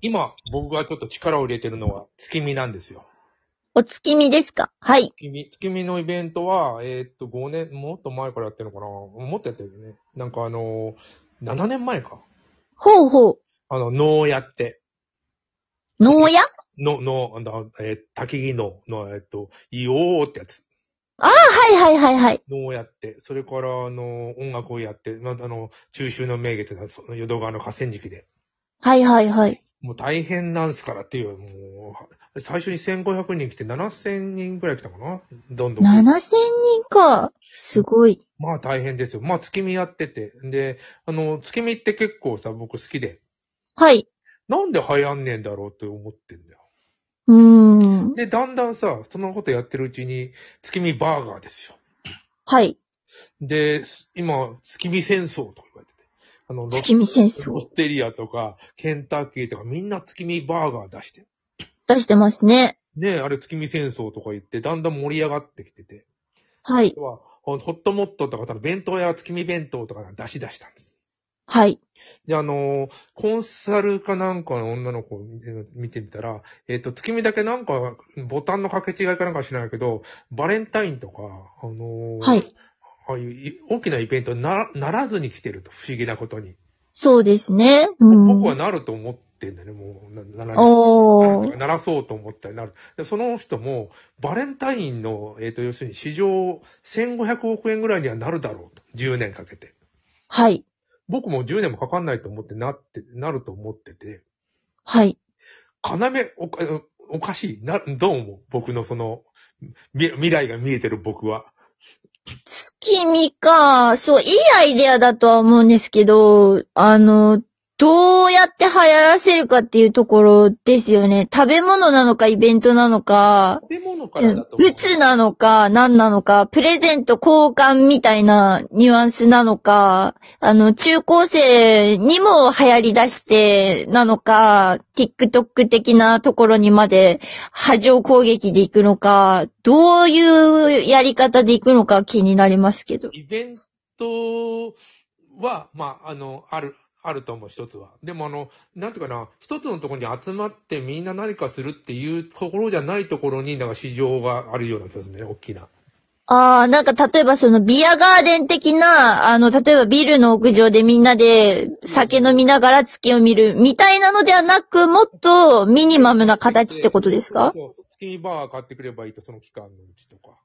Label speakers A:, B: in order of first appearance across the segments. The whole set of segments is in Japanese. A: 今、僕がちょっと力を入れてるのは、月見なんですよ。
B: お月見ですかはい。
A: 月見、月見のイベントは、えーっと、5年、もっと前からやってるのかなもっとやってるよね。なんかあのー、7年前か。
B: ほうほ
A: あの、農やって、
B: う。農家
A: の、の、あの、えー、滝木の、の、えーっと、いおーってやつ。
B: はいはいはいはい。
A: 農やって、それから、あの、音楽をやって、まあ、あの、中秋の名月の、その淀川の河川敷で。
B: はいはいはい。
A: もう大変なんすからっていう、もう、最初に1500人来て7000人くらい来たかなどんどん。
B: 7000人か。すごい。
A: まあ大変ですよ。まあ月見やってて。で、あの、月見って結構さ、僕好きで、
B: はい。
A: なんで流行んねえんだろうって思ってんだよ。
B: うーん。
A: で、だんだんさ、そのことやってるうちに、月見バーガーですよ。
B: はい。
A: で、今、月見戦争とか言われてて。あの、ロ
B: 月見戦
A: ロッ
B: 争。
A: テリアとか、ケンタッキーとか、みんな月見バーガー出してる。
B: 出してますね。
A: ねえ、あれ月見戦争とか言って、だんだん盛り上がってきてて。
B: はい
A: あ。とは、ホットモットとか、その弁当屋は月見弁当とか出し出したんです。
B: はい。
A: で、あのーコンサルかなんかの女の子を見て見てみたら、えっ、と、月見だけなんか、ボタンの掛け違いかなんか知らないけど、バレンタインとか、あのー
B: はい。
A: ああいうい大きなイベントにならならずに来てると、不思議なことに。
B: そうですね。うん。
A: 僕はなると思ってんだよね、もう、ななら
B: おー。
A: 鳴らそうと思ったりなる。で、その人も、バレンタインの、えっ、と、要するに市場1500億円ぐらいにはなるだろうと。10年かけて。
B: はい。
A: 僕も10年もかかんないと思ってなって、なると思ってて、
B: はい。
A: 要おか、おかしい。な、どう思う僕のその、み未来が見えてる僕は。
B: 月見か。そう、いいアイデアだとは思うんですけど、あの、どうやって流行らせるかっていうところですよね。食べ物なのかイベントなのか、
A: 建物か
B: う
A: ら
B: ん
A: だと思う。
B: 物なのか何なのか、プレゼント交換みたいなニュアンスなのか、あの、中高生にも流行り出してなのか、TikTok 的なところにまで波状攻撃でいくのか、どういうやり方でいくのか気になりますけど。
A: イベントは、まあ、あの、ある、あると思う、一つは。でも、あの、なんていうかな、一つのところに集まってみんな何かするっていうところじゃないところに、なんか市場があるような気がするね、大きな。
B: ああ、なんか例えばそのビアガーデン的な、あの、例えばビルの屋上でみんなで酒飲みながら月を見るみたいなのではなく、もっとミニマムな形ってことですか
A: そう月見バー買ってくればいいと、その期間のうちとか。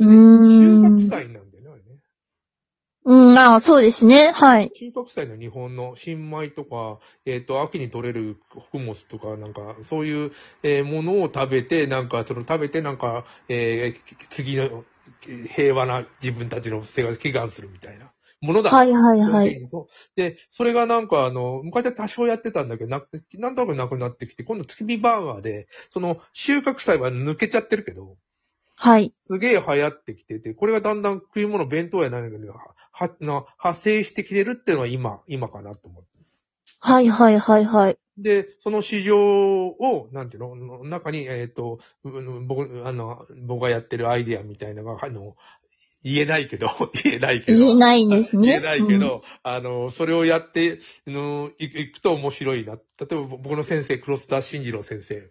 B: うーん
A: 収穫祭なんだよね、あれね。
B: うん、ああ、そうですね。はい。
A: 収穫祭の日本の新米とか、えっ、と、秋に取れる穀物とか、なんか、そういう、えーものを食べて、なんか、それを食べて、なんか、えー次のえー平和な自分たちの生活を祈願するみたいなものだ。
B: はいはいはい。
A: そう。で、それがなんかあの、昔は多少やってたんだけど、ななんとなくなくなってきて、今度月見バーガーで、その収穫祭は抜けちゃってるけど、
B: はい。
A: すげえ流行ってきてて、これがだんだん食い物弁当や何かには、は、な、派生してきてるっていうのは今、今かなと思って。
B: はいはいはいはい。
A: で、その市場を、なんていうのの中に、えっ、と、うん僕、あの、僕がやってるアイディアみたいなのが、あの、言えないけど、 言えないけど。
B: 言えないんですね。
A: 言えないけど、あの、それをやって、あの、いいくと面白いな。例えば僕の先生、黒田慎二郎先生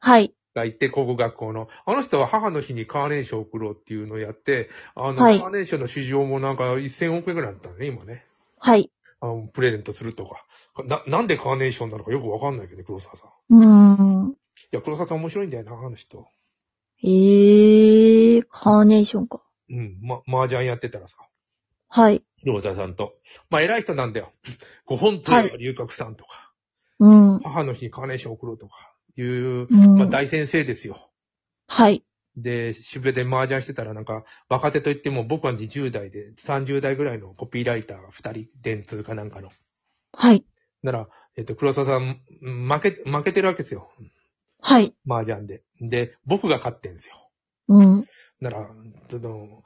B: はい。
A: がいて、高校学校の、あの人は母の日にカーネーションを送ろうっていうのをやって、あの、
B: はい
A: カーネーションの市場もなんか1000億円ぐらいだったのね、今ね。
B: はい。
A: あの、プレゼントするとか。な、なんでカーネーションなのかよくわかんないけど、黒沢さん。いう
B: ーん。
A: や、黒沢さん面白いんだよな、あの人。
B: ええー、カーネーションか。
A: うん、ま、麻雀やってたらさ。
B: はい。
A: 黒沢さんと。まあ、偉い人なんだよ。ご本体は龍角さんとか、
B: うん。う
A: 母の日にカーネーションを送ろうとか、いう、まあ、
B: ん。
A: 大先生ですよ。
B: はい。
A: で、渋谷で麻雀してたらなんか、若手といっても僕は20代で30代ぐらいのコピーライターが2人、電通かなんかの。
B: はい。な
A: なら、えっと、黒沢さん、負け、負けてるわけですよ。
B: はい。
A: 麻雀で。で、僕が勝ってんですよ。
B: うん。
A: なら、その、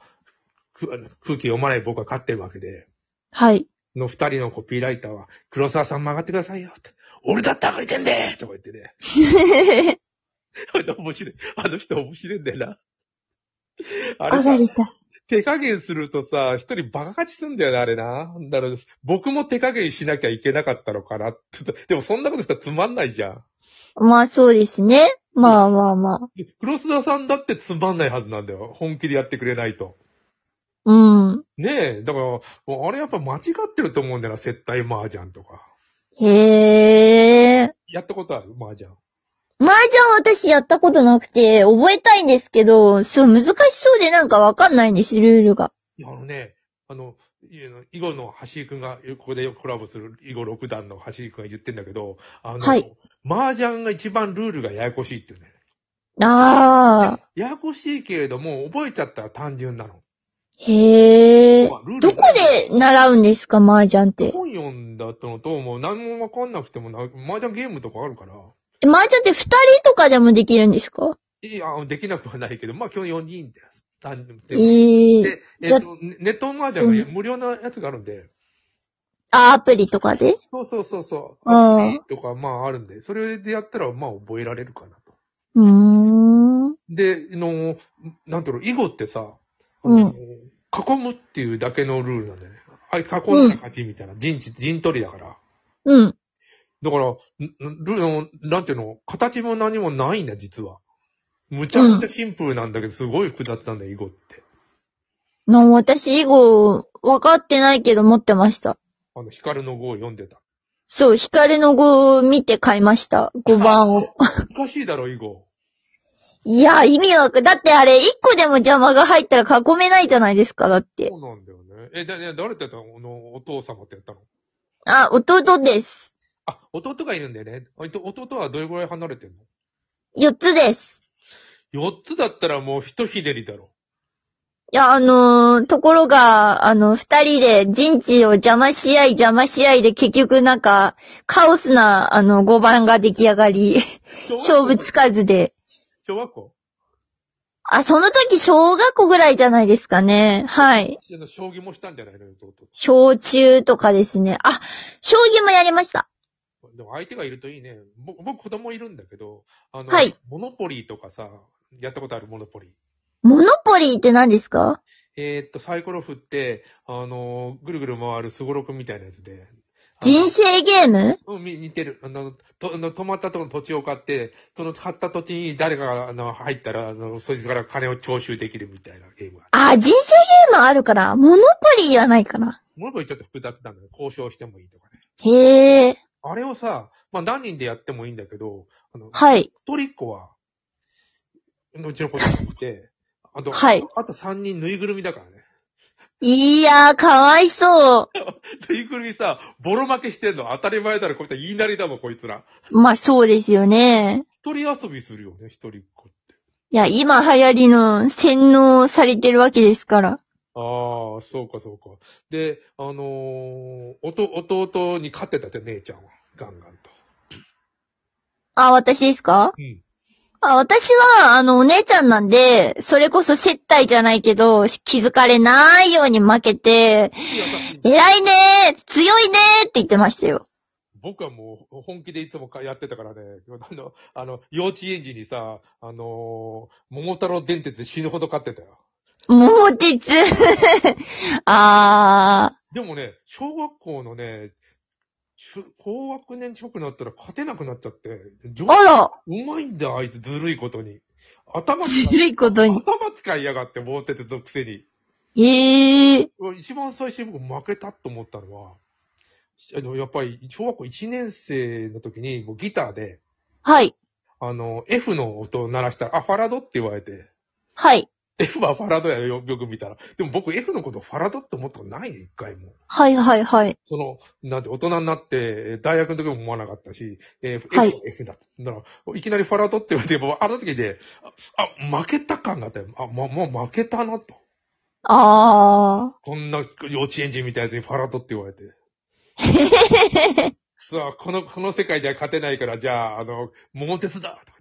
A: くあの空気読まない僕が勝ってるわけで、
B: はい。
A: の二人のコピーライターは、黒沢さん曲がってくださいよって。俺だって上がりてんでとか言ってね。 面白い。あの人面白いんだよな。あれ
B: 上
A: さ
B: がりたい。
A: 手加減するとさ、一人バカ勝ちすんだよね、あれな。だから、僕も手加減しなきゃいけなかったのかなって。でもそんなことしたらつまんないじゃん。
B: まあそうですね。まあまあまあ。
A: で黒須田さんだってつまんないはずなんだよ。本気でやってくれないと。
B: うん。
A: ねえ。だから、もうあれやっぱ間違ってると思うんだよな、接待麻雀とか。
B: へえ。
A: やったことある麻雀。
B: 麻雀私やったことなくて、覚えたいんですけど、そう難しそうでなんかわかんないんです、ルールが。
A: いや、あのね、あの、いや囲碁の橋井くんが、ここでコラボする囲碁六段の橋井くんが言ってんだけど、あの、
B: はい
A: 麻雀が一番ルールがややこしいっていうね。
B: ああ。
A: ややこしいけれども、覚えちゃったら単純なの。
B: へえ。
A: ルール
B: どこで習うんですか、麻雀って。
A: 本読んだったのと、もう何もわかんなくてもな、麻雀ゲームとかあるから、
B: 麻雀って二人とかでもできるんですか
A: いや、できなくはないけど、まあ基本4人だよ。三人で
B: ええ
A: で、えっ
B: じゃ
A: と、ネネット麻雀が無料なやつがあるんで、
B: あ、アプリとかで
A: そうそうそうそう。
B: うん
A: とか、まああるんで、それでやったら、まあ覚えられるかなと。
B: うーん。
A: で、の、なんていうの、囲碁ってさ、
B: うん
A: あの囲むっていうだけのルールなんだよね。あい、囲んだら勝ちみたいな、陣地、陣取りだから。
B: うん。
A: だから、んんルールの、なんていうの、形も何もないんだ、実は。むちゃくちゃシンプルなんだけど、すごい複雑なんだよ、囲碁って。
B: な私、以後、分かってないけど持ってました。
A: あの、ヒカルの碁を読んでた。
B: そう、光の語を見て買いました。5番を。
A: 難しいだろ、囲碁。
B: いや、意味わかんだってあれ、1個でも邪魔が入ったら囲めないじゃないですか、だって。
A: そうなんだよね。え、だ、だ誰とやったのあのお父様ってやったの
B: あ、弟です。
A: あ、弟がいるんだよね。あいと弟はどれぐらい離れてんの
B: 4つです。
A: 四つだったらもう一ひでりだろ。
B: いや、あのーところが、あの、二人で陣地を邪魔し合い邪魔し合いで結局なんか、カオスな、あの、5番が出来上がり、勝負つかずで。
A: 小学校
B: あ、その時小学校ぐらいじゃないですかね。はい。
A: あの将棋もしたんじゃないの弟。
B: 小中とかですね。あ、将棋もやりました。
A: でも相手がいるといいね。僕、僕子供いるんだけど、あの、
B: はい
A: モノポリーとかさ、やったことあるモノポリー。
B: モノポリーって何ですか
A: えーっと、サイコロ振って、あの、ぐるぐる回るスゴロクみたいなやつで。
B: 人生ゲーム
A: うん、み似てる。あの、と、あの、止まったとこの土地を買って、その買った土地に誰かが、あの、入ったら、あの、そいつから金を徴収できるみたいなゲームがある。
B: あ、人生ゲームあるから、モノポリーはないかな。
A: ものすごいちょっと複雑なのよ。交渉してもいいとかね。
B: へえ、
A: あれをさ、まあ、何人でやってもいいんだけど、あの、
B: はい。
A: 一人っ子は、うちの子供って、あと、
B: はい
A: あと三人ぬいぐるみだからね。
B: いやー、かわいそう。
A: ぬいぐるみさ、ボロ負けしてんの当たり前だろ、こういった言いなりだもん、こいつら。
B: まあ、そうですよね。
A: 一人遊びするよね、一人っ子って。
B: いや、今流行りの洗脳されてるわけですから。
A: ああ、そうかそうか。で、あのー、おと、弟に勝ってたって、姉ちゃんは。ガンガンと。
B: あ、私ですか
A: うん。
B: あ、私は、あの、お姉ちゃんなんで、それこそ接待じゃないけど、気づかれないように負けて、偉いねー強いねーって言ってましたよ。
A: 僕はもう本気でいつもかやってたからね、あの、あの幼稚園児にさ、あのー桃太郎電鉄で死ぬほど勝ってたよ。
B: 桃鉄 あ
A: でもね、小学校のね、中高学年近くなったら勝てなくなっちゃって、上
B: ー。あら、
A: うまいんだ、あいつ、ずるいことに。頭
B: ず
A: 使い、
B: るいことに。
A: 頭使いやがって、桃鉄のくせに。
B: ええー。
A: 一番最初に僕負けたと思ったのは、あの、やっぱり小学校1年生の時にこうギターで、
B: はい。
A: あの、F の音を鳴らしたら、あ、ファラドって言われて、
B: はい。
A: F はファラドやよ、よく見たら。でも僕 F のことをファラドって思ったことないね、一回も。
B: はいはいはい。
A: その、なんて、大人になって、えー大学の時も思わなかったし、えー
B: はい
A: F は F だった。だから、いきなりファラドって言われて、もうあの時で、あ、あ負けた感があったよ。あ、ま、もう負けたなと。
B: あ
A: こんな幼稚園児みたいなやつにファラドって言われて。 さあ、この、この世界では勝てないから、じゃあ、あの、桃鉄だとか
B: ー。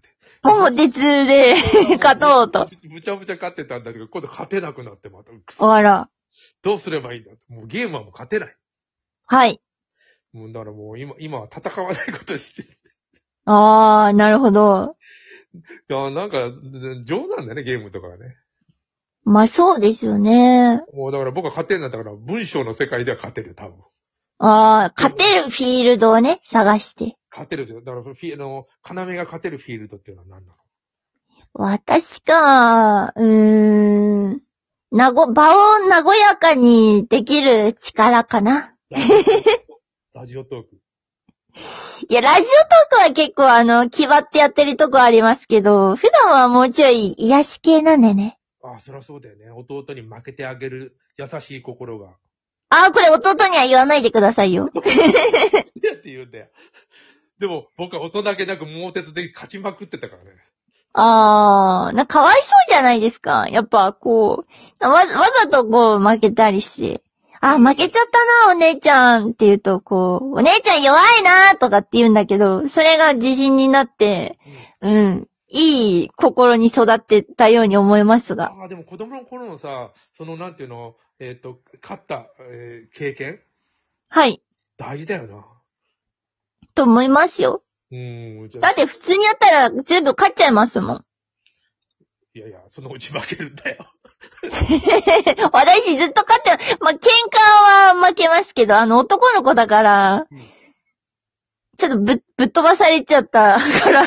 B: もう鉄で
A: 言って。
B: 勝とうと。
A: ぶ。ぶちゃぶちゃ勝ってたんだけど、今度勝てなくなってまた、くそ
B: あら。
A: どうすればいいんだもうゲームはもう勝てない。
B: はい。
A: もうだからもう今、今は戦わないことにして。い
B: あー、なるほど。
A: や、なんか、冗談だね、ゲームとかはね。
B: まあそうですよね。
A: もうだから僕は勝てるんだったから、文章の世界では勝てる、多分。
B: ああ、勝てるフィールドをね、探して。
A: 勝てるんですよ。だから、フィあの、要が勝てるフィールドっていうのは何なの
B: 私か、うーん。なご、場を和やかにできる力かな。
A: ラジオトーク。
B: いや、ラジオトークは結構あの、気張ってやってるとこありますけど、普段はもうちょい癒し系なんでね。
A: ああ、そりゃそうだよね。弟に負けてあげる優しい心が。
B: ああ、これ弟には言わないでくださいよ。
A: って言うんだよ。でも、僕は音だけなく猛烈で勝ちまくってたからね。
B: ああ、な、かわいそうじゃないですか。やっぱ、こう、わ、わざとこう、負けたりして。あ、負けちゃったな、お姉ちゃんって言うと、こう、お姉ちゃん弱いな、とかって言うんだけど、それが自信になって、うん、いい心に育ってたように思いますが。
A: ああ、でも子供の頃のさ、そのなんていうの、えっ、と、勝った、えー経験
B: はい、
A: 大事だよな。
B: と思いますよ。
A: うーん、じゃ
B: だ
A: あ
B: って普通にやったら全部勝っちゃいますもん。
A: いやいや、そのうち負けるんだ よ。
B: 私ずっと勝って、まあ、喧嘩は負けますけど、あの男の子だから
A: うん、
B: ちょっとぶ、ぶっ飛ばされちゃったから。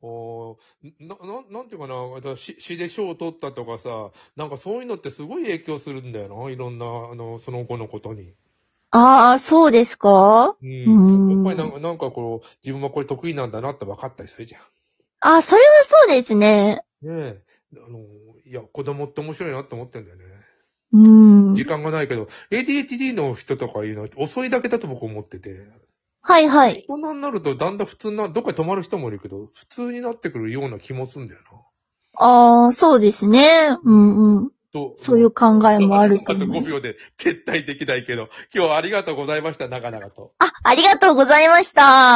A: おーな、ななんていうかな、私、詩で賞を取ったとかさ、なんかそういうのってすごい影響するんだよな、いろんな、あの、その後のことに。
B: ああ、そうですか
A: う。
B: うんん
A: やっぱりなんか、なんかこう、自分はこれ得意なんだなって分かったりするじゃん。
B: あそれはそうですね。
A: ねえ。あの、いや、子供って面白いなって思ってんだよね。
B: うん。
A: 時間がないけど、ADHD の人とかいうのは遅いだけだと僕思ってて、
B: はいはい。
A: 大人になるとだんだん普通な、どっかに泊まる人もいるけど、普通になってくるような気もするんだよな。
B: ああ、そうですね。うんうん。
A: と
B: そういう考えもある
A: あ
B: と
A: と
B: 思う
A: 5秒で撤退できないけど、今日はありがとうございました、なかなかと。
B: あ、ありがとうございました。